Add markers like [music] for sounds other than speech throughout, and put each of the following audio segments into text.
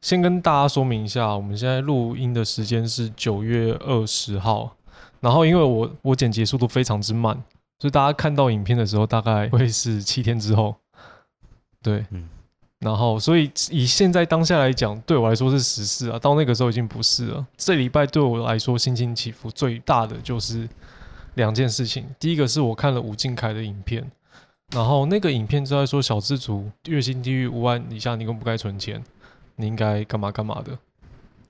先跟大家说明一下，我们现在录音的时间是九月二十号，然后因为我我剪辑速度非常之慢，所以大家看到影片的时候大概会是七天之后，对，嗯然后所以以现在当下来讲，对我来说是时事啊，到那个时候已经不是了。这礼拜对我来说心情起伏最大的就是两件事情，第一个是我看了吴敬凯的影片。然后那个影片就在说小资族月薪低于五万以下，你更不该存钱。你应该干嘛干嘛的。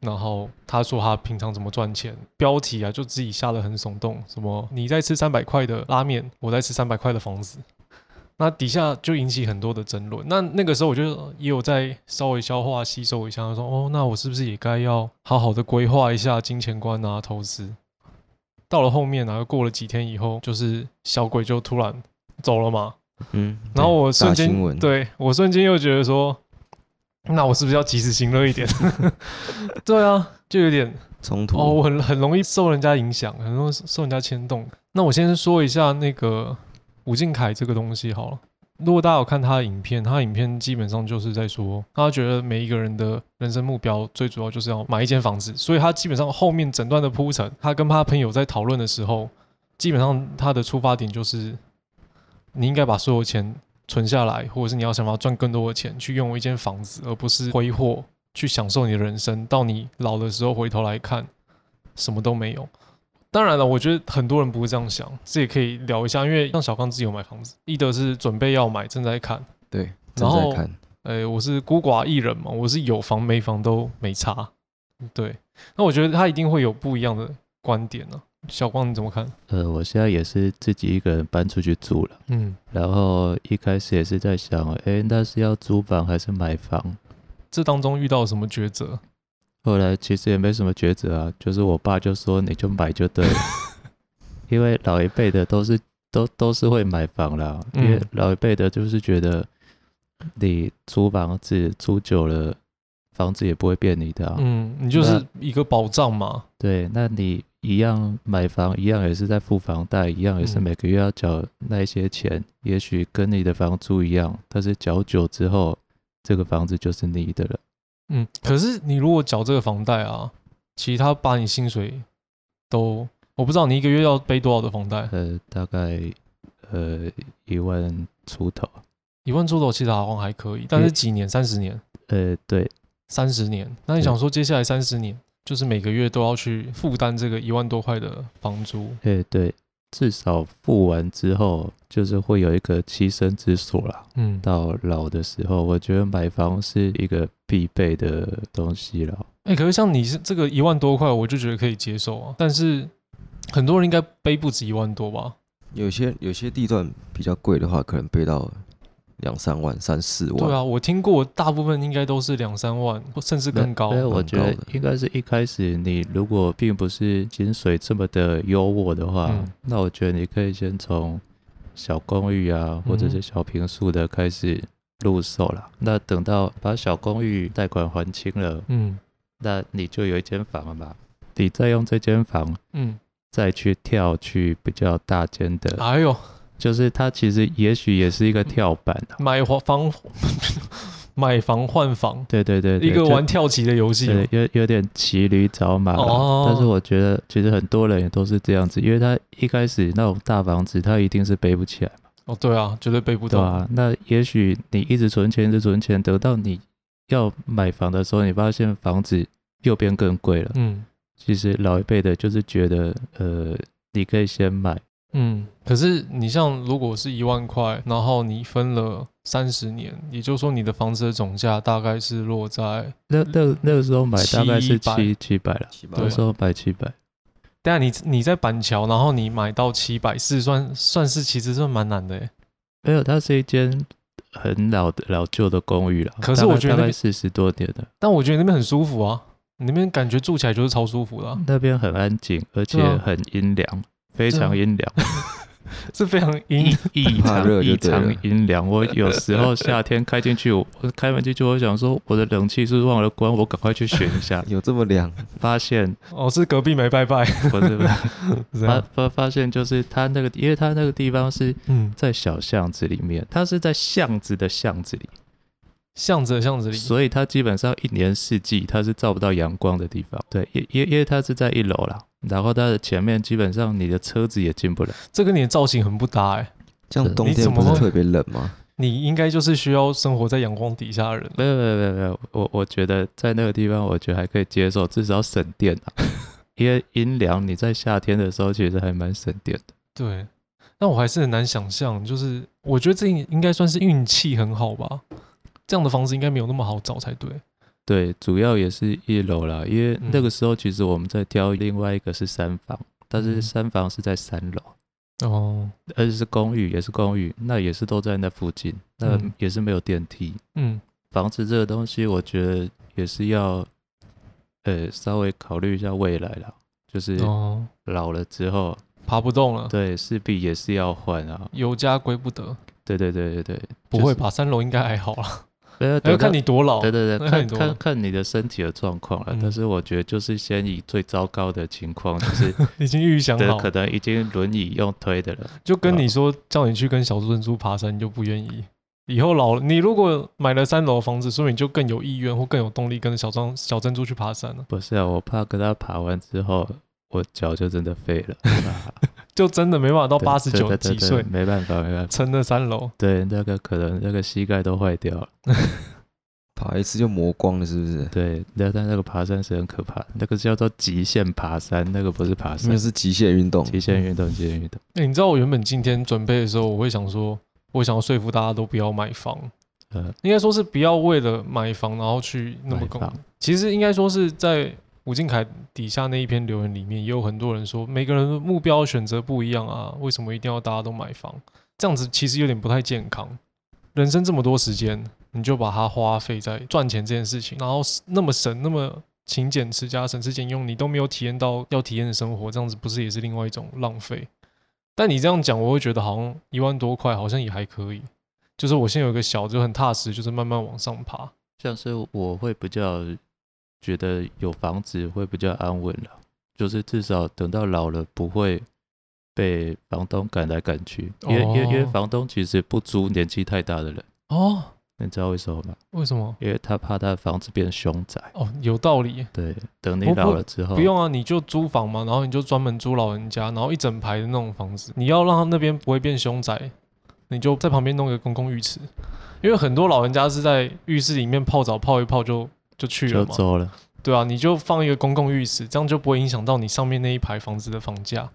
然后他说他平常怎么赚钱，标题啊就自己下的很耸动，什么你在吃三百块的拉面，我在吃三百块的房子。那底下就引起很多的争论。那那个时候我就也有在稍微消化吸收一下，说哦，那我是不是也该要好好的规划一下金钱观啊，投资？到了后面啊，过了几天以后，就是小鬼就突然走了嘛，嗯，然后我对瞬大新间闻，对我瞬间又觉得说，那我是不是要及时行乐一点？ [laughs] 对啊，就有点冲突哦，我很很容易受人家影响，很容易受人家牵动。那我先说一下那个吴敬凯这个东西好了。如果大家有看他的影片，他的影片基本上就是在说，他觉得每一个人的人生目标最主要就是要买一间房子，所以他基本上后面整段的铺陈，他跟他朋友在讨论的时候，基本上他的出发点就是，你应该把所有钱存下来，或者是你要想办法赚更多的钱去拥有一间房子，而不是挥霍去享受你的人生。到你老的时候回头来看，什么都没有。当然了，我觉得很多人不会这样想，这也可以聊一下，因为像小刚自己有买房子，一德是准备要买，正在看。对，然正后在看，呃，我是孤寡一人嘛，我是有房没房都没差。对，那我觉得他一定会有不一样的观点呢、小光你怎么看？呃，我现在也是自己一个人搬出去住了，嗯，然后一开始也是在想，诶，那是要租房还是买房？这当中遇到什么抉择？后来其实也没什么抉择啊，就是我爸就说你就买就对了，因为老一辈的都是都都是会买房啦，因为嗯老一辈的就是觉得你租房子租久了，房子也不会变你的、啊，嗯，你就是一个保障嘛。对，那你一样买房，一样也是在付房贷，一样也是嗯每个月要缴那一些钱，也许跟你的房租一样，但是缴久之后，这个房子就是你的了。嗯，可是你如果缴这个房贷啊，其他把你薪水都，我不知道你一个月要背多少的房贷，呃，大概呃一万出头，一万出头其实好像还可以，但是几年？三十年？呃，对，三十年？那你对想说接下来三十年，就是每个月都要去负担这个一万多块的房租？呃，对，至少付完之后，就是会有一个栖身之所啦。嗯，到老的时候，我觉得买房是一个必备的东西了。哎、可是像你是这个一万多块，我就觉得可以接受啊，但是很多人应该背不止一万多吧？有些有些地段比较贵的话，可能背到两三万、三四万。对啊，我听过大部分应该都是两三万，或甚至更高因。为我蛮觉高得的应该是一开始你如果并不是薪水这么的优渥的话，嗯那我觉得你可以先从小公寓啊，或者嗯是小平数的开始入手啦。那等到把小公寓贷款还清了，嗯那你就有一间房了嘛，你再用这间房嗯，再去跳去比较大间的，哎呦，就是它其实也许也是一个跳板啊。买房房买房换房，对对对对一个就玩跳棋的游戏嘛。对，有有点骑驴找马啦、哦但是我觉得其实很多人也都是这样子，因为他一开始那种大房子，他一定是背不起来嘛，哦，对啊，绝对背不对动。吧、那也许你一直存钱，一直存钱，等到你要买房的时候，你发现房子又变更贵了。嗯其实老一辈的就是觉得，呃，你可以先买，嗯，可是你像如果是一万块，然后你分了三十年，也就是说你的房子的总价大概是落在……那那嗯那个时候买大概是700七七百了，七八啊那万，时候买七百，但你你在板桥，然后你买到七百四，算算是其实算蛮难的欸耶。没有，它是一间很老的老旧的公寓了，可是大概我觉得那大概边四十多年了。但我觉得那边很舒服啊，你那边感觉住起来就是超舒服的啊、哦那边很安静，而且对啊很阴凉，非对啊常阴凉，是非常异 [laughs] 阴。异怕常热就异对了，常阴凉。我有时候夏天开进去，我我开门进去，我想说我的冷气是不是忘了关，我赶快去寻一下有这么凉？[laughs] 发现哦，是隔壁没拜拜，不是不啊是是这啊发样。发发现就是它那个，因为它那个地方是嗯，在小巷子里面，它是在巷子的巷子里，巷子的巷子里，所以它基本上一年四季它是照不到阳光的地方。对，因因因为它是在一楼啦，然后它的前面基本上你的车子也进不来。这跟你的造型很不搭哎、这样是冬你天怎不么是会特别冷吗？你应该就是需要生活在阳光底下的人。没有没有没有没有，我我觉得在那个地方，我觉得还可以接受，至少省电啊。 [laughs] 因为阴凉，你在夏天的时候其实还蛮省电的。对，但我还是很难想象，就是我觉得这应该算是运气很好吧。这样的房子应该没有那么好找才对。对，主要也是一楼啦，因为那嗯个时候其实我们在挑另外一个是三房，但是嗯三房是在三楼，哦，而且是公寓，也是公寓，那也是都在那附近，那嗯也是没有电梯。嗯，房子这个东西，我觉得也是要，呃，稍微考虑一下未来啦，就是哦，老了之后，爬不动了，对，势必也是要换啊。有家归不得。对对对对对，不会？吧？三楼应该还好啦，呃，要等哎看到你多老。对对对，那看很多看看你的身体的状况了嗯。但是我觉得就是先以最糟糕的情况，就是 [laughs] 已经预想的啊好，可能已经轮椅用推的了。就跟你说叫你去跟小珍珠爬山，你就不愿意。以后老了，你如果买了三楼房子，说明你就更有意愿或更有动力跟着小张小珍珠去爬山了，不是啊，我怕跟他爬完之后，我脚就真的 [laughs] 废了。 [laughs] 啊就真的没办法到对八十九对对几对岁没办法，没办法。撑那三楼。对，那个可能那个膝盖都坏掉了。爬一次就磨光了，是不是？对，那但那个爬山是很可怕的，那个叫做极限爬山，那个不是爬那山，是极限运动，极限运动，极限运动。欸你知道我原本今天准备的时候，我会想说，我想要说服大家都不要买房，呃，应该说是不要为了买房然后去那么买攻房。其实应该说是在吴敬凯底下那一篇留言里面，也有很多人说，每个人的目标选择不一样啊，为什么一定要大家都买房？这样子其实有点不太健康。人生这么多时间，你就把它花费在赚钱这件事情，然后那么省那么。勤俭持家、省吃俭用，你都没有体验到要体验的生活，这样子不是也是另外一种浪费？但你这样讲，我会觉得好像一万多块好像也还可以。就是我现在有一个小，就很踏实，就是慢慢往上爬。像是我会比较觉得有房子会比较安稳了，就是至少等到老了不会被房东赶来赶去，因为、因为因为哦房东其实不租年纪太大的人，哦，你知道为什么吗？为什么？因为他怕他的房子变凶宅。哦，有道理耶。对，等你不不老了之后，不用啊，你就租房嘛，然后你就专门租老人家，然后一整排的那种房子，你要让他那边不会变凶宅，你就在旁边弄一个公共浴池，因为很多老人家是在浴室里面泡澡泡一泡就就去了就嘛，走了。对啊，你就放一个公共浴池，这样就不会影响到你上面那一排房子的房价。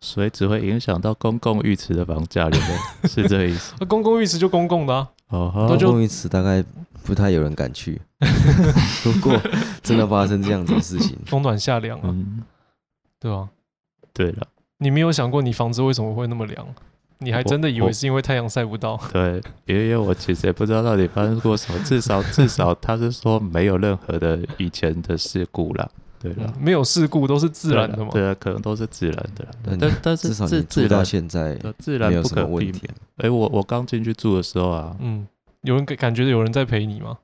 所以只会影响到公共浴池的房价，对不 [laughs] 对？是这个意思。那公共浴池就公共的啊，哦那吼，就公共浴池大概不太有人敢去。 [laughs] 如 [laughs] 果真的发生这样子的事情，冬暖夏凉啊，嗯，对啊，对了，你没有想过你房子为什么会那么凉？你还真的以我为我是因为太阳晒不到？对，因为因为我其实也不知道到底发生过什么，至少至少他是说没有任何的以前的事故啦，对啦嗯，没有事故都是自然的嘛。对啊，可能都是自然的啦，但但但嗯是至少自你自住到然现在的自没然有不什可么问避免题。。哎，我我刚进去住的时候啊，嗯，有人感感觉有人在陪你吗？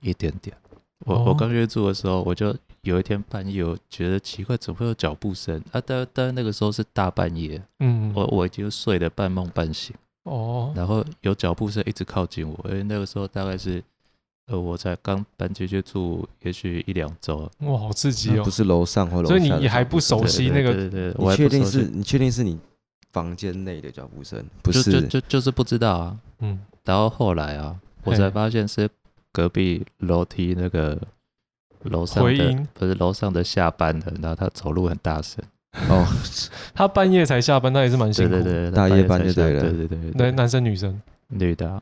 一点点，我、哦我刚进去住的时候，我就有一天半夜，我觉得奇怪，怎么会有脚步声啊？但但那个时候是大半夜，嗯，我我已经睡得半梦半醒。哦，然后有脚步声一直靠近我，因为那个时候大概是，呃，我才刚搬进去住，也许一两周，哇，好刺激那哦不！是楼上或楼所下以的你脚步声，也还不熟对悉那对个对对，对我你还确不定熟悉是？你确定是你房间内的脚步声，不？就是就就就是不知道啊。嗯，然后后来啊，我嘿才发现是隔壁楼梯那个楼上回的音。不是楼上的下班了，然后他走路很大声，哦，他半夜才下班，那也是蛮辛对苦的。对对，大夜班才就下对了对对对对，男男生女生女的啊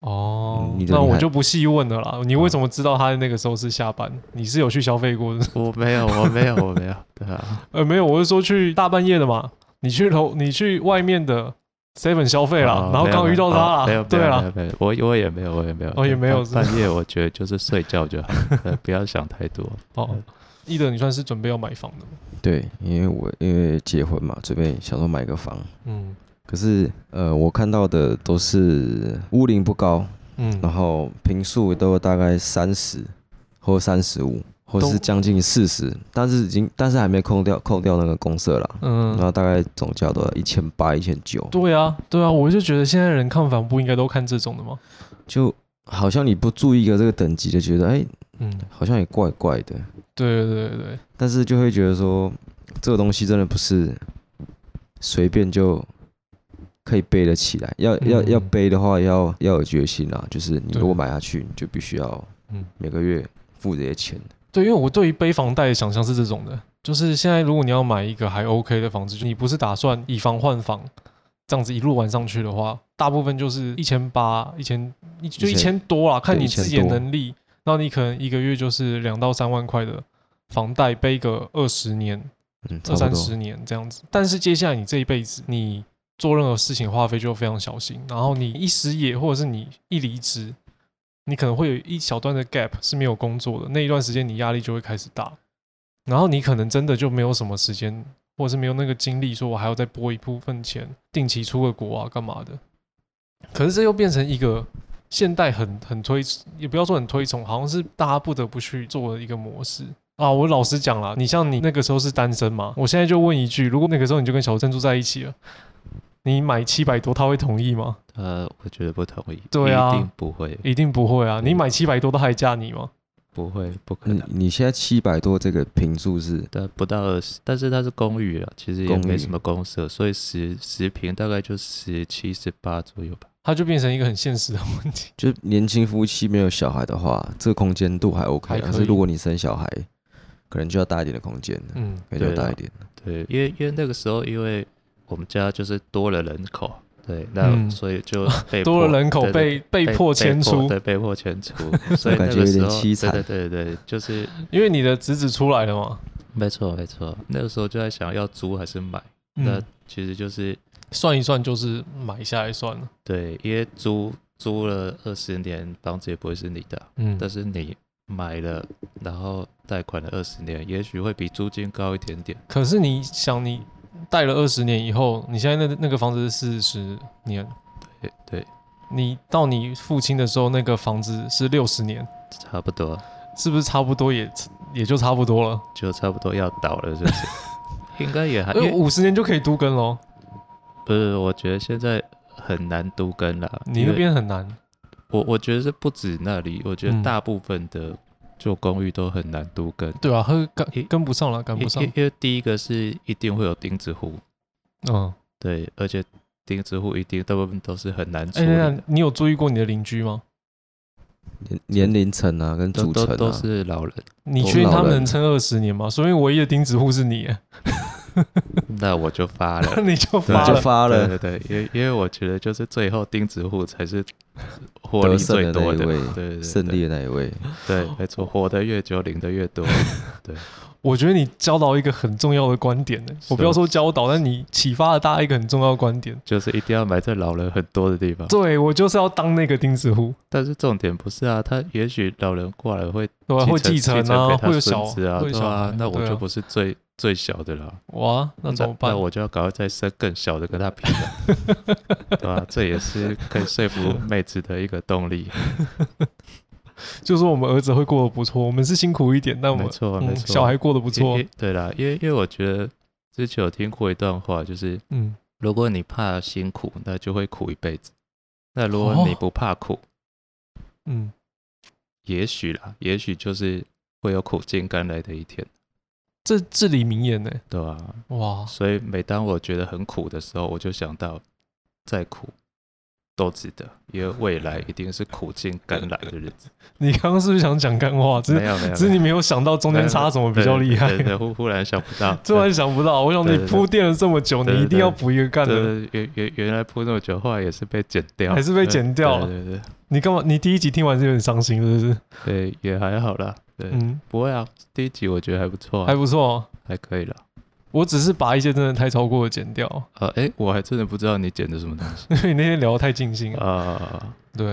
哦嗯你，的那厉我害就不细问了啦。你为什么知道他那个时候是下班？你是有去消费过的？ [laughs] [laughs] 我没有，我没有，我没有，对啊，呃，没有，我是说去大半夜的嘛。你去楼，你去外面的 seven 消费啦，哦然后没有刚好遇到没有哦他没啦，有，对啊，没啦，有没有，我我也没有，我也没有，哦也没有是吧半半夜我觉得就是睡觉就好，呃不要想太多。哦。一德，你算是准备要买房的吗？对，因为我因为结婚嘛，准备想说买个房，嗯可是呃，我看到的都是屋龄不高，然嗯，后平数都大概三十或三十五，或都是将近四十，但是已经但是还没扣掉扣掉那个公社啦。然嗯，后大概总价都一千八、一千九，对啊，对啊，我就觉得现在人看房不应该都看这种的吗？就好像你不注意一个这个等级，就觉得哎、嗯，好像也怪怪的。对对对对，但是就会觉得说，这个东西真的不是随便就可以背得起来。要要嗯要背的话，要要有决心啊！就是你对如果买下去，你就必须要嗯每个月付这些钱。对，因为我对于背房贷的想象是这种的，就是现在如果你要买一个还 OK 的房子，就你不是打算以房换房，这样子一路玩上去的话，大部分就是一千八、一千一就一一千千多啦，看对你一千自己的多能力。那你可能一个月就是两到三万块的房贷，背个二十年、嗯，差二不三多。十年这样子。但是接下来你这一辈子，你做任何事情花费就非常小心，然后你一失业或者是你一离职，你可能会有一小段的 gap 是没有工作的，那一段时间你压力就会开始大，然后你可能真的就没有什么时间，或者是没有那个精力，说我还要再拨一部分钱定期出个国啊干嘛的。可是这又变成一个现代很很推，也不要说很推崇，好像是大家不得不去做的一个模式啊。我老实讲啦，你像你那个时候是单身嘛，我现在就问一句，如果那个时候你就跟小珍珠在一起了，你买七百多，他会同意吗？他呃我觉得不同意，对啊一定不会，一定不会啊！你买七百多，他还嫁你吗？不会，不可嗯你能。你现在七百多这个平数是但不到二十，但是它是公寓啊，其实也公没寓什么公社，所以十十平大概就十七、十八左右吧。他就变成一个很现实的问题。就是年轻夫妻没有小孩的话，这个空间度还 OK 还啊。可以但是如果你生小孩，可能就要大一点的空间了，嗯，可能就要对啊大一点。对，因为因为那个时候，因为我们家就是多了人口，对，那嗯所以 [laughs] 就被多迫了人口对对被被迫迁出，对，被迫 [laughs] 迁出，所以感那觉有个时点候，凄惨对对对对，就是因为你的侄子出来了嘛。没错没错，那个时候就在想要租还是买，那嗯，其实就是算一算就是买下来算了。对，因为租租了二十年，房子也不会是你的，啊嗯，但是你买了，然后贷款了二十年，也许会比租金高一点点。可是你想，你贷了二十年以后，你现在那那个房子是四十年，对对，你到你父亲的时候，那个房子是六十年，差不多是不是差不多也也就差不多了？就差不多要倒了，就是 [laughs] 应该也还，因啊因为为五十年就可以都根喽，不是，我觉得现在很难都跟了。你因那为边很难。我我觉得是不止那里，我觉嗯得大部分的旧公寓都很难都跟，对啊，他跟因跟不上了，赶因不上因。因为第一个是一定会有钉子户，嗯，对，而且钉子户一定大部分都是很难处哎，理那的，你有注意过你的邻居吗？年年龄层啊，跟都组成都都啊，是老人， [laughs] 你都确定老他们人能撑二十年吗？所以唯一的钉子户是你， [laughs] 哎那我就发了那。你就 [laughs] 对发就了。发了。对对对，因为因为我觉得就是最后钉子户才是获利得胜最的多那一的，位对对对胜利的那一位，对，没错，活得越久，领的越多。我觉得你教导一个很重要的观点呢，我不要说教导，但你启发了大家一个很重要的观点。就是一定要买在老人很多的地方。对我就是要当那个钉子户，但是重点不是啊，他也许老人挂了会对吧？会继承啊，给他会有小，孙子啊，会有对小孩啊，，那我对啊就不是最最小的了。哇，那怎么那办？我就要赶快再生更小的跟他比了， [laughs] 对吧？这也是可以说服妹子的一个 [laughs] 动力。就说我们儿子会过得不错，我们是辛苦一点，但我们没错嗯哦没错小孩过得不不错，对啦，因为因为我觉得之前有听过一段话，就是嗯，如果你怕辛苦，那就会苦一辈子；那如果哦你不怕苦，嗯，也许啦，也许就是会有苦尽甘来的一天，这至理名言呢，对吧、哇，所以每当我觉得很苦的时候，我就想到，再苦都值得，因为未来一定是苦尽甘来的日子。你刚刚是不是想讲干话？只没是有没有，只是你没有想到中间插什么比较厉害对，对对忽忽然想不 [laughs] 到，突然想不到，我想对你对对铺垫了这么久，对对你一定要补一个干对的，对对原原原来铺那么久，后来也是被剪掉，还是被剪掉了对对对你干嘛？你第一集听完是有点伤心，是不是？对，对也还好啦。对，嗯，不会啊，第一集我觉得还不错、啊，还还不错，还可以了。我只是把一些真的太超过的剪掉， [laughs] 呃，哎，我还真的不知道你剪的什么东西因为你那天聊得太尽兴了。啊。对，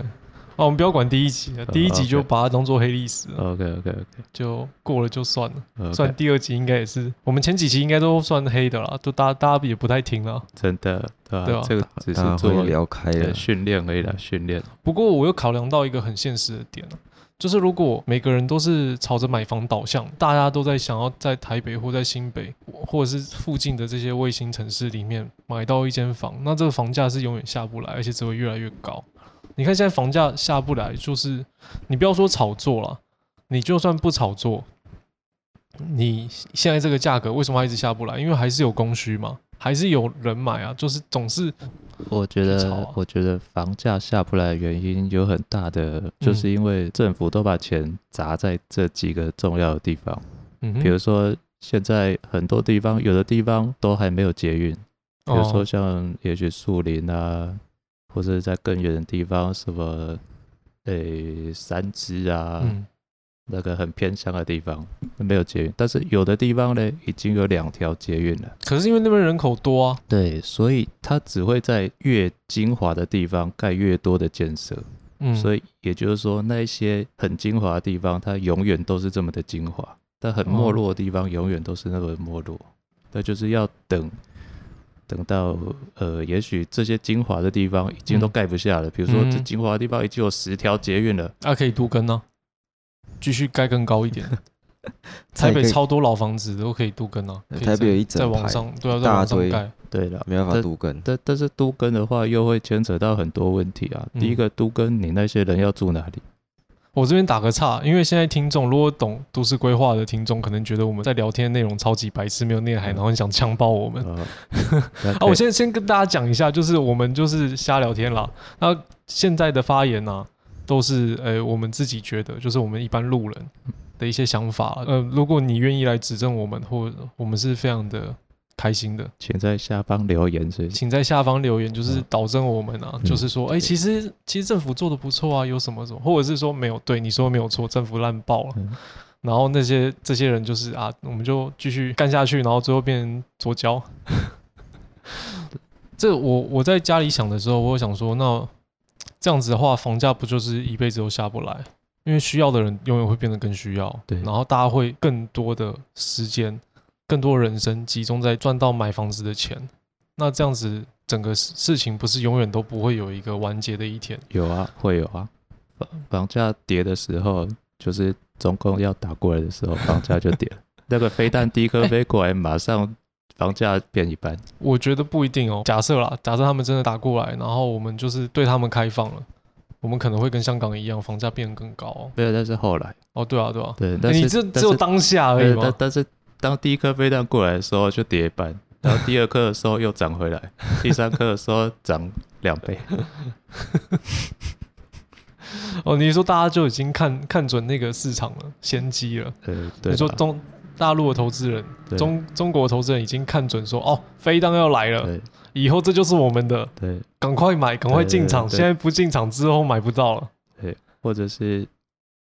哦，我们不要管第一集了，第一集就哦 OK 哦把它当做黑历史了， OK OK OK，就过了就算了。嗯算第二集应该也是，我们前几集应该都算黑的啦，就大家大家也不太听了。真的对吧、对啊这个只大家是做会聊开对了。训练而已啦，训练。不过我又考量到一个很现实的点啊就是如果每个人都是朝着买房导向，大家都在想要在台北或在新北或者是附近的这些卫星城市里面买到一间房，那这个房价是永远下不来，而且只会越来越高。你看现在房价下不来，就是你不要说炒作了，你就算不炒作，你现在这个价格为什么它一直下不来？因为还是有供需嘛，还是有人买啊，就是总是我觉去炒得啊，我觉得房价下不来的原因有很大的，就是嗯因为政府都把钱砸在这几个重要的地方，嗯哼，比如说现在很多地方，有的地方都还没有捷运，比如说哦像也许树林啊，或者在更远的地方，什么诶、三芝啊，嗯那个很偏乡的地方没有捷运，但是有的地方呢已经有两条捷运了。可是因为那边人口多啊，对，所以它只会在越精华的地方盖越多的建设，嗯，所以以也就是说，那一些很精华的地方，它永远都是这么的精华；但很没落的地方，永远都是那么没落。那就是要等，等到呃，也许这些精华的地方已经都嗯盖不下了。比如说，这嗯精华的地方已经有十条捷运了，啊可以多跟呢、继续盖更高一点。那台也北可以超多老房子都可以多跟啊，可以台北有一再再整往排上，对啊，一再往大上堆盖，对了，没办法但读 [laughs] 根，但但是都跟的话，又会牵扯到很多问题啊。第一嗯个，都跟你那些人要住哪里？我这边打个岔，因为现在听众如果懂都市规划的听众，可能觉得我们在聊天内容超级白痴，没有内涵，然后很想枪爆我们。啊，呃 [laughs] 啊，我先先跟大家讲一下，就是我们就是瞎聊天啦。那现在的发言呢、啊都是呃、我们自己觉得，就是我们一般路人的一些想法。呃，如果你愿意来指正我们，或我们是非常的开心的。请在下方留言是不是请在下方留言，就是导正我们啊，嗯就是说，哎、其实其实政府做的不错啊，有什么什么，或者是说没有对你说没有错，政府烂爆了，嗯然后那些这些人就是啊，我们就继续干下去，然后最后变成左交。这我我在家里想的时候，我有想说，那这样子的话，房价不就是一辈子都下不来？因为需要的人永远会变得更需要，对然后大家会更多的时间、更多人生集中在赚到买房子的钱，那这样子整个事事情不是永远都不会有一个完结的一天。有啊，会有啊。房房价跌的时候，就是中共要打过来 [laughs] 的时候，房价就跌了。那个飞弹第一颗飞过来，马上房价变一半。我觉得不一定哦。假设啦，假设他们真的打过来，然后我们就是对他们开放了，我们可能会跟香港一样，房价变得更高哦。没有，但是后来，哦，对啊，对啊，对，但欸是你这但只是有当下而已对但嘛。但是当第一颗飞弹过来的时候，就跌一半。然后第二颗的时候又涨 [laughs] 回来，第三颗的时候涨两倍。哦，你说大家就已经看看准那个市场了，先机了。呃，对啦，你说中大陆的投资人，对中中国的投资人已经看准说，哦，飞弹要来了，对以后这就是我们的，对，赶快买，赶快进场。对对对现在不进场之后买不到了。或者是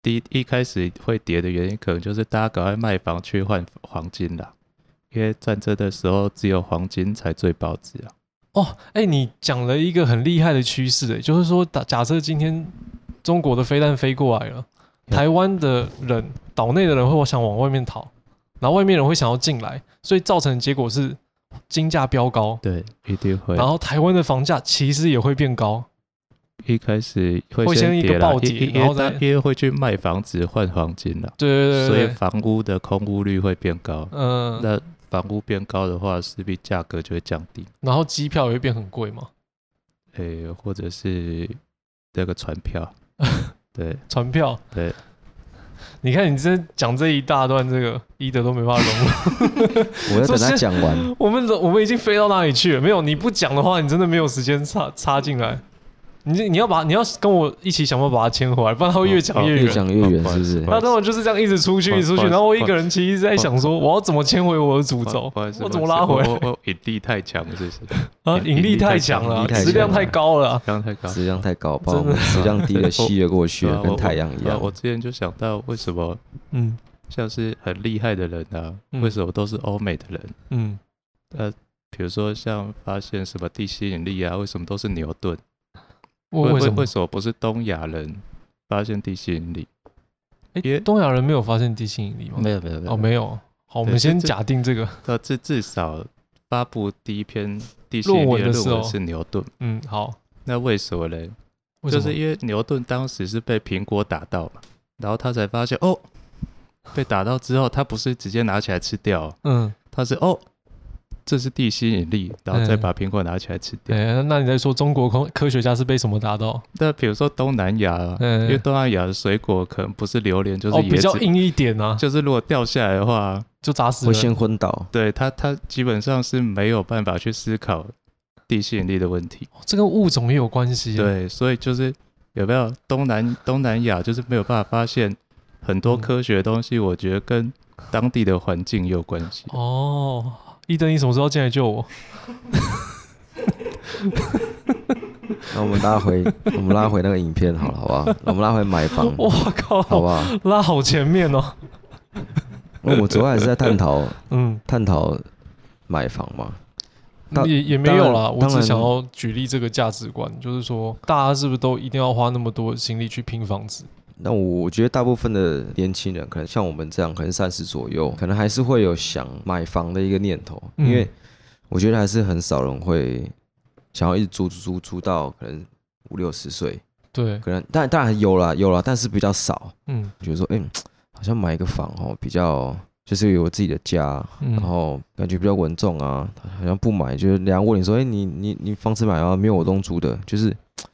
第一一开始会跌的原因，可能就是大家赶快卖房去换黄金啦，因为战争的时候只有黄金才最保值啊。哦，哎、你讲了一个很厉害的趋势，哎，就是说，打假设今天中国的飞弹飞过来了，嗯台湾的人、岛内的人会想往外面逃，然后外面人会想要进来，所以造成的结果是金价飙高，对，一定会。然后台湾的房价其实也会变高。一开始会会先一个跌啦暴跌因因因然后为大再因为会去卖房子换黄金啦，对对对所以对对，房屋的空屋率会变高。嗯、那房屋变高的话，势必价格就会降低。然后机票也会变很贵嘛，诶、或者是那个船 [laughs] 票，对，船票。对，你看你这讲这一大段，这个伊德都没办法融入。 [laughs] 我要就等他是讲完。 [laughs] 我们我们已经飞到哪里去了？没有，你不讲的话，你真的没有时间插插进来。你你要把你要跟我一起想办法把它牵回来，不然它会越讲哦越越远。讲越远，好是不是不？好那意思那我就是这样一直出去，不一好意直思出去，不好意思然后我一个人其实在想说，我要怎么牵回我的主不轴不好意思，我怎么不好拉意思回来我我我引力太强了，是不是？啊？引引力力太太强强了引力，太质量强太了高了。啊刚刚太高了。质量太高，把真我的们质量低的吸了过去对了，啊跟我太阳一对啊样。我之前就想到，为什么嗯像是很厉害的人啊，嗯为什么都是欧美的人？嗯，比如说像发现什么地吸引力啊，为什么都是牛顿？为为为什么为？什么不是东亚人发现地吸引力？哎，别东亚人没有发现地心引力吗？有没有没哦，没有。好，我们对先这假定这个。那至至少发布第一篇地吸引论力文的的时论文候是牛顿，嗯，好。那为什么嘞？为什就么是因为牛顿当时是被苹果打到嘛，然后他才发现哦，被打到之后，他不是直接拿起来吃掉哦、嗯他是哦，这是地心引力，然后再嗯把苹果拿起来吃掉。哎、那你在说中国科科学家是被什么打到？那比如说东南亚啊，嗯因为东南亚的水果可能不是榴莲就是哦，椰比较子，硬一点啊，就就是如果掉下来的话，就砸死会人。先昏倒。对它它基本上是没有办法去思考地心引力的问题。哦这跟物种也有关系。，啊对，所以就是有没有东南东南亚就是没有办法发现很多嗯科学的东西，我觉得跟当地的环境也有关系。哦，一灯，你什么时候进来救我？那我们拉 [laughs] 回，我们拉回那个影片好了，好不好？我们拉回买房，嗯我好靠，啊不好？拉好前面哦。因为我们主要还是在探讨嗯，探讨买房嘛。当也也没有啦，当然我当只然想要举例这个价值观，就是说大家是不是都一定要花那么多心力去拼房子？那我觉得大部分的年轻人，可能像我们这样，可能三十左右，可能还是会有想买房的一个念头，嗯因为我觉得还是很少人会想要一直租租租租到可能五六十岁，对，可能但当然有啦有啦，但是比较少。嗯觉得说，哎、好像买一个房哦，比较就是有自己的家，然啊嗯，后感觉比较稳重啊，好像不买就是人家问你说，哎、你你你房子买了吗没有？我东租的，就是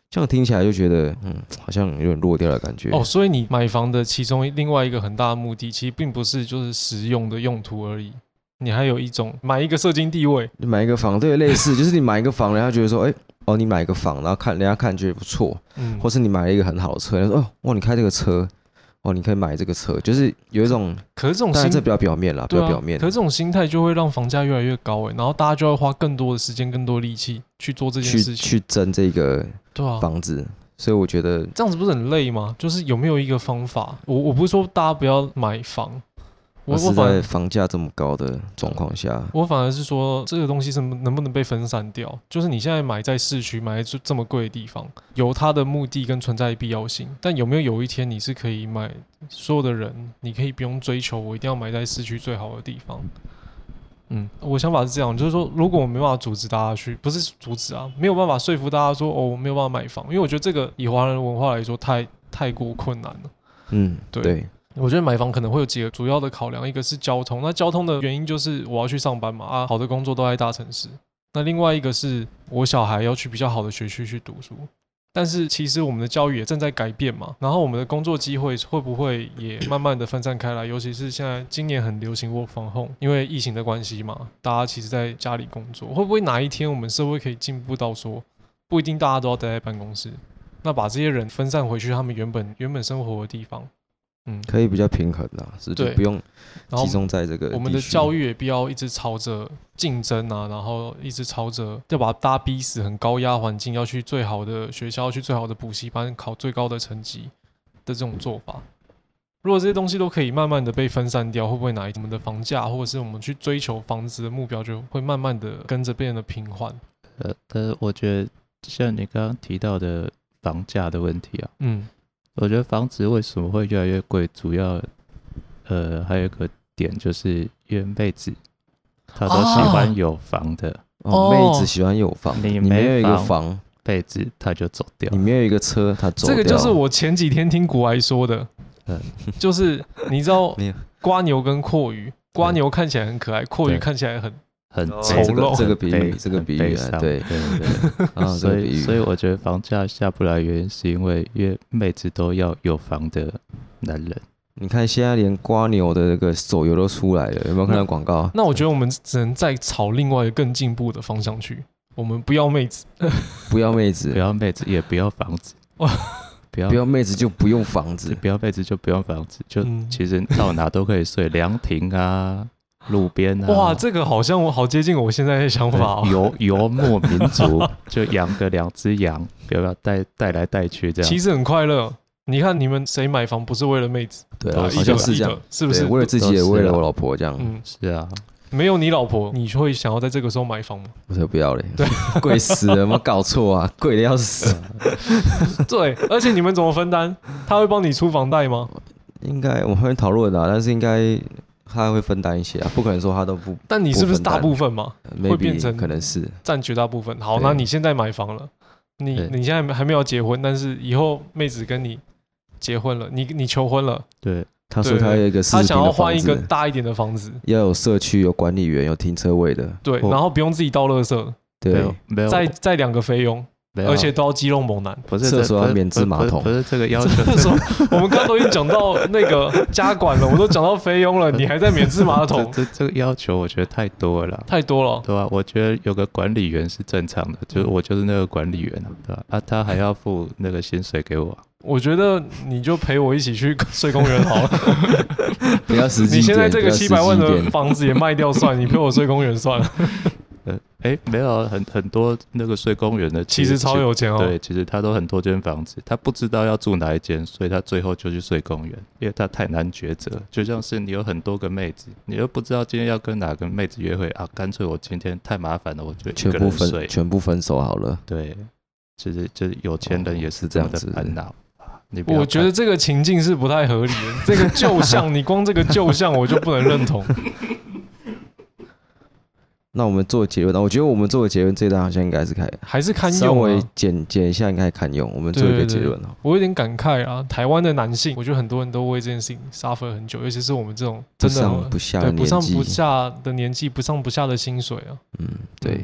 这样听起来就觉得，嗯，好像有点落掉的感觉。哦，所以你买房的其中另外一个很大的目的，其实并不是就是实用的用途而已，你还有一种买一个社经地位。你买一个房，对，类 [laughs] 似就是你买一个房，人家觉得说，哎、哦，你买一个房，然后看人家看觉得不错，嗯，或是你买了一个很好的车，人家说，哦，哇，你开这个车，哦，你可以买这个车，就是有一种，可是这种当然心这比较表面啦，比对较啊，表面可，是这种心态就会让房价越来越高哎，然后大家就会花更多的时间、更多力气去做这件去事情。去争这个对啊，房子，所以我觉得这样子不是很累吗？就是有没有一个方法？我我不是说大家不要买房，我我我是反在而房价这么高的状况下，我反而是说这个东西是能不能被分散掉？就是你现在买在市区，买在这这么贵的地方，有它的目的跟存在的必要性。但有没有有一天你是可以买所有的人，你可以不用追求我一定要买在市区最好的地方？嗯，我想法是这样，就是说，如果我没办法阻止大家去，不是阻止啊，没有办法说服大家说，哦，我没有办法买房，因为我觉得这个以华人文化来说太太过困难了。嗯，对对，我觉得买房可能会有几个主要的考量，一个是交通，那交通的原因就是我要去上班嘛，啊，好的工作都在大城市。那另外一个是我小孩要去比较好的学区去读书，但是其实我们的教育也正在改变嘛，然后我们的工作机会会不会也慢慢的分散开来？尤其是现在今年很流行 work from home，因为疫情的关系嘛，大家其实在家里工作，会不会哪一天我们社会可以进步到说，不一定大家都要待在办公室，那把这些人分散回去他们原本原本生活的地方，嗯，可以比较平衡啦，是就对不用然后集中在这个我们的教育，育也必要一直朝着竞争啊，然后一直朝着要把大家逼死，很高压环境，要去最好的学校，要去最好的补习班，考最高的成绩的这种做法。如果这些东西都可以慢慢的被分散掉，会不会哪一我们的房价，或者是我们去追求房子的目标，就会慢慢的跟着变得平缓？呃，但我觉得像你刚刚提到的房价的问题啊，嗯我觉得房子为什么会越来越贵，主要呃还有一个点就是因为妹子她都喜啊欢有房的，哦，哦妹子喜欢有房，你你没有没一个房房，妹子她就走掉你。没有一个车，他走这掉，个就是我前几天听古埃说的，嗯就是你知道 [laughs] 没有嗯瓜牛跟阔鱼，瓜牛看起来很可爱，阔鱼对看起来很很哦悲丑陋这个这很个比喻悲这个很比喻悲啊伤对对 [laughs] 对， [laughs] 啊，这所个以比喻所以我觉得房价下不来，原因是因为因为妹子都要有房的男人，你看现在连瓜牛的那个手游都出来了，有没有看到那广告？那我觉得我们只能再朝另外一个更进步的方向去。我们不要妹子，不要妹子不，要妹子也不要 [laughs] 房子哇，不要不要妹子就不用房子，不要妹子就不用房子， [laughs] 就嗯其实到哪都可以睡，凉亭啊、路边啊，哇，这个好像我好接近我现在的想对法哦。游游牧民 [laughs] 族就养个两只羊，不要带带来带去这其样，实很快乐。你看你们谁买房不是为了妹子？对呃啊，一好个像是这一样个，是不是对？为了自己也都是为了啦我老婆这样，嗯，是啊，没有你老婆，你会想要在这个时候买房吗？ [laughs] 我才不要嘞对，贵死了，有没有搞 [laughs] 错啊？贵的要死，对，而且你们怎么分担？他会帮你出房贷哦吗？应该我们后面讨论啊，但是应该他会分担一些啊，不可能说他都不但你是不是不分担大部分嘛？ ，maybe 变成可能是占绝大部分。好，对那你现在买房了，你对你现在还没有结婚，但是以后妹子跟你结婚了，你你求婚了，对，他说他有一个四他十平想要的换房一个子，大一点的房子，要有社区、有管理员、有停车位的。对，哦然后不用自己倒垃圾，没对有，没有，再再两个费用，哎没有啊而且都要肌肉猛男。 [laughs] 不是厕这所要不是免不治是马不是桶不是这个要求，那时候我们刚刚都已经讲到那个家管了，我都讲到菲佣了，你还在免治马 [laughs] 桶，这这这个要求我觉得太多了啦。太多了。对吧、我觉得有个管理员是正常的，嗯就是我就是那个管理员啊，对吧、啊？他还要付那个薪水给我，我觉得你就陪我一起去睡公园 [laughs] 好了。不要实际你一点。现在这个不要实七际百万一的点房子也卖掉算，你陪我睡公园算了。呃，哎，没有啊很很多那个睡公园的其实超、有钱哦。对，其实他都很多间房子，他不知道要住哪一间，所以他最后就去睡公园，因为他太难抉择。就像是你有很多个妹子，你又不知道今天要跟哪个妹子约会啊，干脆我今天太麻烦了，我就一全个部人分睡。全部分手好了。对，其实就是有钱人也是是哦这这样样的子的烦恼。啊你不要我觉得看这个情境是不太合理的。这个旧 [laughs] 相，你光这个旧相我就不能认同。那我们做结论，我觉得我们做的结论这一段好像应该是看，还是堪稍用、微啊。剪剪一下应该堪用。我们做一对个对结对论哦哈，我有点感慨啊，台湾的男性，我觉得很多人都为这件事情 suffer 很久，尤其是我们这种不真的哦上不下对的不年上纪不，下的年纪，不上不下的薪水啊。嗯，对，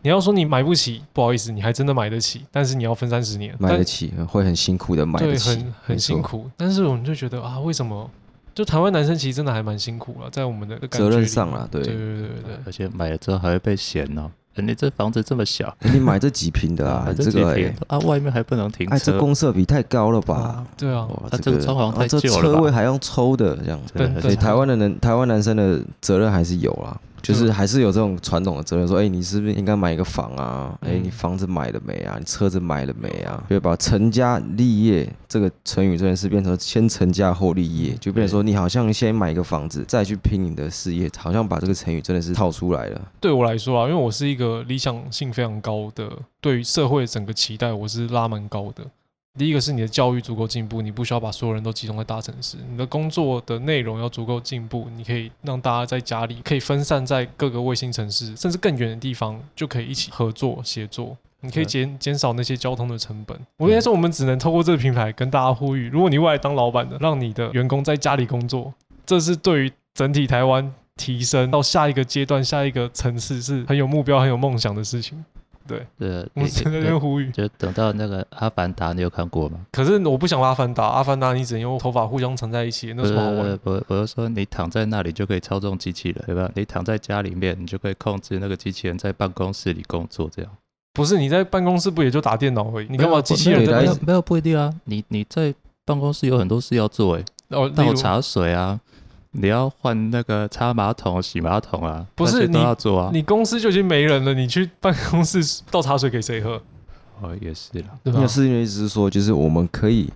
你要说你买不起，不好意思，你还真的买得起，但是你要分三十年，买得但起，会很辛苦的买得对，起很，很辛没错，苦。但是我们就觉得啊，为什么？就台湾男生其实真的还蛮辛苦啊了，在我们的感觉责任里上啦，对对，对对对对而且买了之后还会被嫌哦，哎你这房子这么小，欸你买这几平的啊啊，，这几个平哎，啊，外面还不能停哎，车这，公设比太高了吧？对啊，哇，啊这个这个装潢啊太这旧了吧车位还用抽的这样。真的对很所以对台湾的人，台湾男生的责任还是有啦，就是对还是有这种传统的责任，说，哎、你是不是应该买一个房啊？哎、嗯你房子买了没啊？你车子买了没啊？就会把成家立业这个成语这件事变成先成家后立业，就变成说你好像先买一个房子，再去拼你的事业，好像把这个成语真的是套出来了。对我来说啊，因为我是一个理想性非常高的，对于社会整个期待我是拉蛮高的。第一个是你的教育足够进步，你不需要把所有人都集中在大城市，你的工作的内容要足够进步，你可以让大家在家里可以分散在各个卫星城市，甚至更远的地方就可以一起合作协作。你可以对减减少那些交通的成本。我应该说，我们只能透过这个平台跟大家呼吁：如果你未来当老板的，让你的员工在家里工作，这是对于整体台湾提升到下一个阶段、下一个层次是很有目标、很有梦想的事情。呃，我们也只能在那边呼吁。就等到那个《阿凡达》，你有看过吗？可是我不想阿凡达，阿凡达你只能用头发互相缠在一起，那有不是什么好玩的？不是，我是说你躺在那里就可以操纵机器人，对吧？你躺在家里面，你就可以控制那个机器人在办公室里工作，这样。不是你在办公室不也就打电脑而已？你干没嘛有机器人没在那有没边有没有不一定啊，你你在办公室有很多事要做，哎，哦倒倒茶？茶水啊，你要换那个擦马桶、洗马桶啊，不是那些都要做啊。你公司就已经没人了，你去办公室倒茶水给谁喝？哦，也是啦，对吧啊那？是因为意思是说，就是我们可以。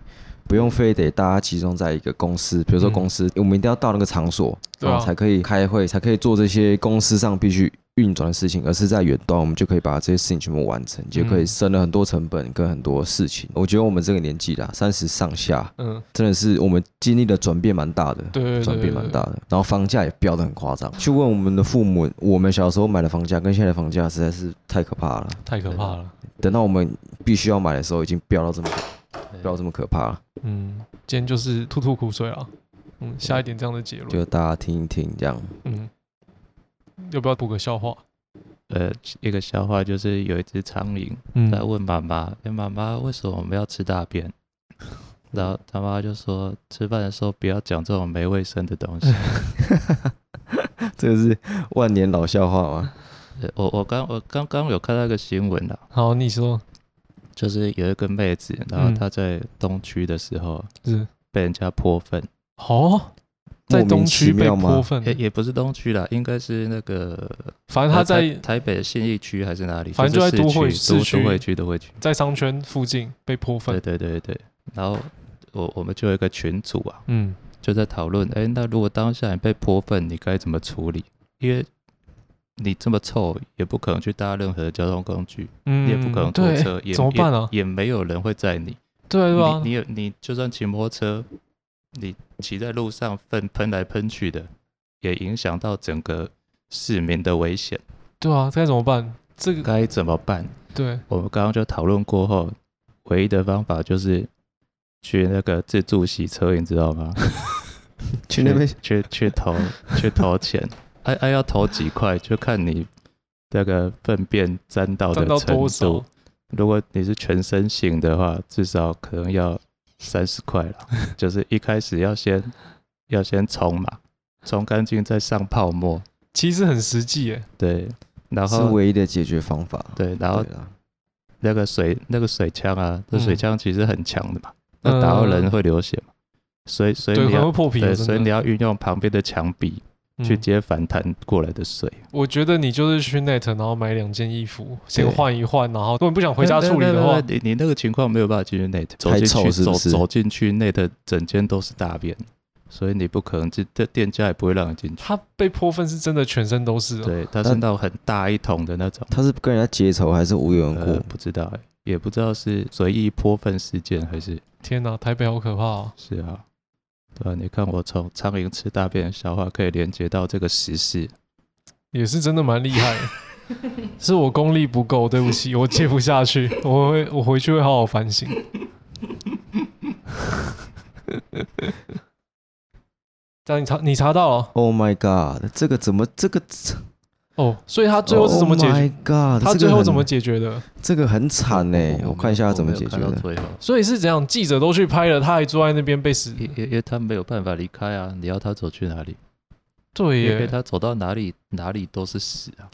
不用非得大家集中在一个公司，比如说嗯公司，我们一定要到那个场所，对啊然后才可以开会，才可以做这些公司上必须运转的事情，而是在远端我们就可以把这些事情全部完成，就可以省了很多成本跟很多事情。我觉得我们这个年纪啦，三十上下，嗯，真的是我们经历的转变蛮大的。对对对，转变蛮对大的，然后房价也飙得很夸张。去问我们的父母，我们小时候买的房价跟现在的房价实在是太可怕了。太可怕了。等到我们必须要买的时候，已经飙到这么飙到这么可怕了。嗯，今天就是吐吐苦水了。嗯，下一点这样的结论。就大家听一听，这样 [laughs] 嗯，要不要补个笑话？呃，一个笑话就是有一只苍蝇，嗯他问妈妈：“哎、妈妈，为什么我们要吃大便？”然后他妈就说：“吃饭的时候不要讲这种没卫生的东西。这个是万年老笑话吗？呃我”我刚我刚刚有看到一个新闻啦，好，你说就是有一个妹子，然后嗯她在东区的时候是被人家泼粪，哦，在莫东名其区被妙吗泼粪也，也不是东区啦，应该是那个反正他呃台在台北的信义区还是哪里，反正就是在都会市市区都都会区区都会区。在商圈附近被泼对粪。对对对，然后我我们就有一个群组啊，嗯，就在讨论，哎，那如果当下你被泼粪，你该怎么处理？因为你这么臭，也不可能去搭任何交通工具，嗯，你也不可能坐对，车，也怎么办啊也？也没有人会载你。对对啊你，你有你就算骑摩托车，你骑在路上粪喷来喷去的，也影响到整个市民的危险。对啊，该怎么办？这个该怎么办？对，我们刚刚就讨论过后，唯一的方法就是去那个自助洗车，你知道吗？ [laughs] 去那边去去投去投钱，哎、哎、要投几块，就看你那个粪便沾到的占到程多度少。？如果你是全身型的话，至少可能要三十块了。 [laughs] 就是一开始要先要先冲嘛，冲干净再上泡沫，其实很实际耶，对，然是后唯一的解决方法。对，然后对啊啦，那个水那个水枪啊，那嗯水枪其实很强的嘛，那打到嗯人会流血嘛，所以所以对，你可能要会破皮对，的。所以真你的要运用旁边的墙壁去嗯接反弹过来的水。我觉得你就是去 Net，然后买两件衣服，先对换一换，然后如果你不想回家没有处理没有的没话，有没有你你那个情况没有办法进去内，走太进臭去是不走是走进去内的整间都是大便，所以你不可能进，这店家也不会让你进去。他被泼粪是真的全身都是、哦。对，它是那种很大一桶的那种，他是跟人家结仇还是无缘无呃故？，不知道欸、也不知道是随意泼粪事件还是天哪，台北好可怕哦！是啊，对啊，你看我从苍蝇吃大便的笑话可以连接到这个时事，也是真的蛮厉害的， [laughs] 是我功力不够，对不起，我接不下去，我会我回去会好好反省。 [laughs] 这样你查你查到了 Oh my god，这个怎么这个这哦，所以他最后是怎么解决 Oh？my god，他这个最后很怎么解决的？这个很惨呢、我看一下他怎么解决嗯我没有的看。到最后，所以是怎样？记者都去拍了，他还坐在那边被死。因因因为他没有办法离开啊，你要他走去哪里？对因为耶，他走到哪里哪里都是屎啊。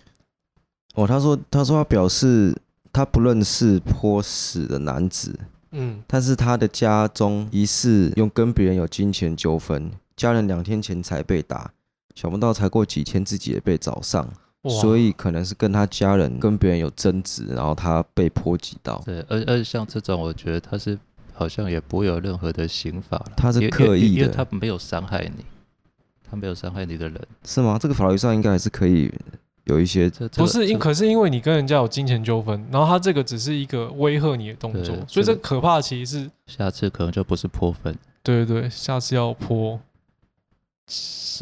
哦，他说他说他表示他不认识泼屎的男子，嗯，但是他的家中疑似用跟别人有金钱纠纷，家人两天前才被打，想不到才过几天自己也被找上，哇所以可能是跟他家人跟别人有争执，然后他被波及到。对，而而且像这种，我觉得他是好像也不会有任何的刑法了，他是因为刻意因为因的为他没有伤害你，他没有伤害你的人，是吗？这个法律上应该还是可以有一些这这不个是因，这个可是因为你跟人家有金钱纠纷，然后他这个只是一个威吓你的动作对，所以这这个可怕其实是，下次可能就不是泼粪，对对对，下次要泼。泼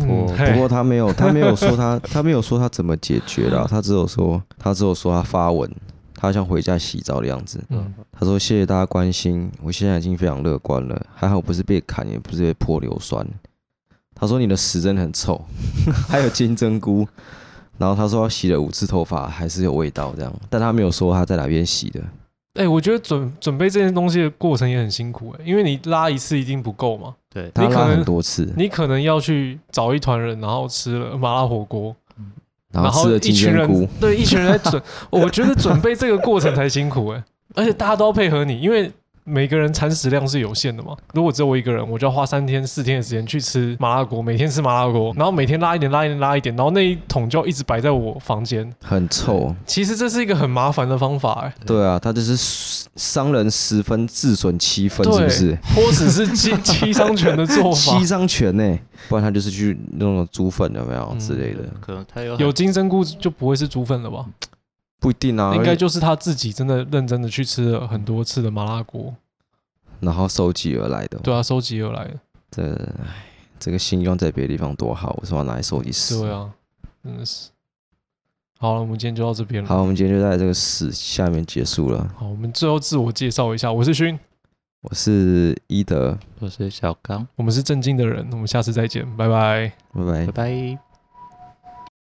嗯，不嘿过他没有，他没有 [laughs] 说他，他没有说他怎么解决啦，他只有说，他只有说他发文，他像回家洗澡的样子。嗯，他说谢谢大家关心，我现在已经非常乐观了，还好不是被砍，也不是被泼硫酸。他说你的屎真的很臭， [laughs] 还有金针菇。然后他说他洗了五次头发还是有味道这样，但他没有说他在哪边洗的。哎、我觉得准准备这件东西的过程也很辛苦、欸，因为你拉一次一定不够嘛，对，他你可拉能很多次，你可能要去找一团人，然后吃了麻辣火锅，然然后后吃了一金群针菇人，对一群人 [laughs] 在准，我觉得准备这个过程才辛苦哎、而且大家都要配合你，因为每个人餐食量是有限的嘛。如果只有我一个人，我就要花三天四天的时间去吃麻辣锅，每天吃麻辣锅，然后每天拉一点拉一点拉一点，然后那一桶就要一直摆在我房间。很臭。其实这是一个很麻烦的方法哎、 [laughs] 对啊，他就是伤人十分，自损七分，是对不是？泼死是 [laughs] 七七伤拳的做法七。张全呢、不然他就是去弄种猪粉有没有嗯之类的，可能他有有很金针菇就不会是猪粪了吧？不一定啊。应该而且就是他自己真的认真的去吃了很多次的麻辣锅，然后收集而来的。对啊，收集而来的。这唉这个心用在别的地方多好，为什么要拿来收集屎？对啊，真的是。好了，我们今天就到这边了。好，我们今天就在这个屎下面结束了。好，我们最后自我介绍一下，我是勋，我是伊德，我是小刚，我们是正经的人，我们下次再见，拜拜。拜拜拜。拜。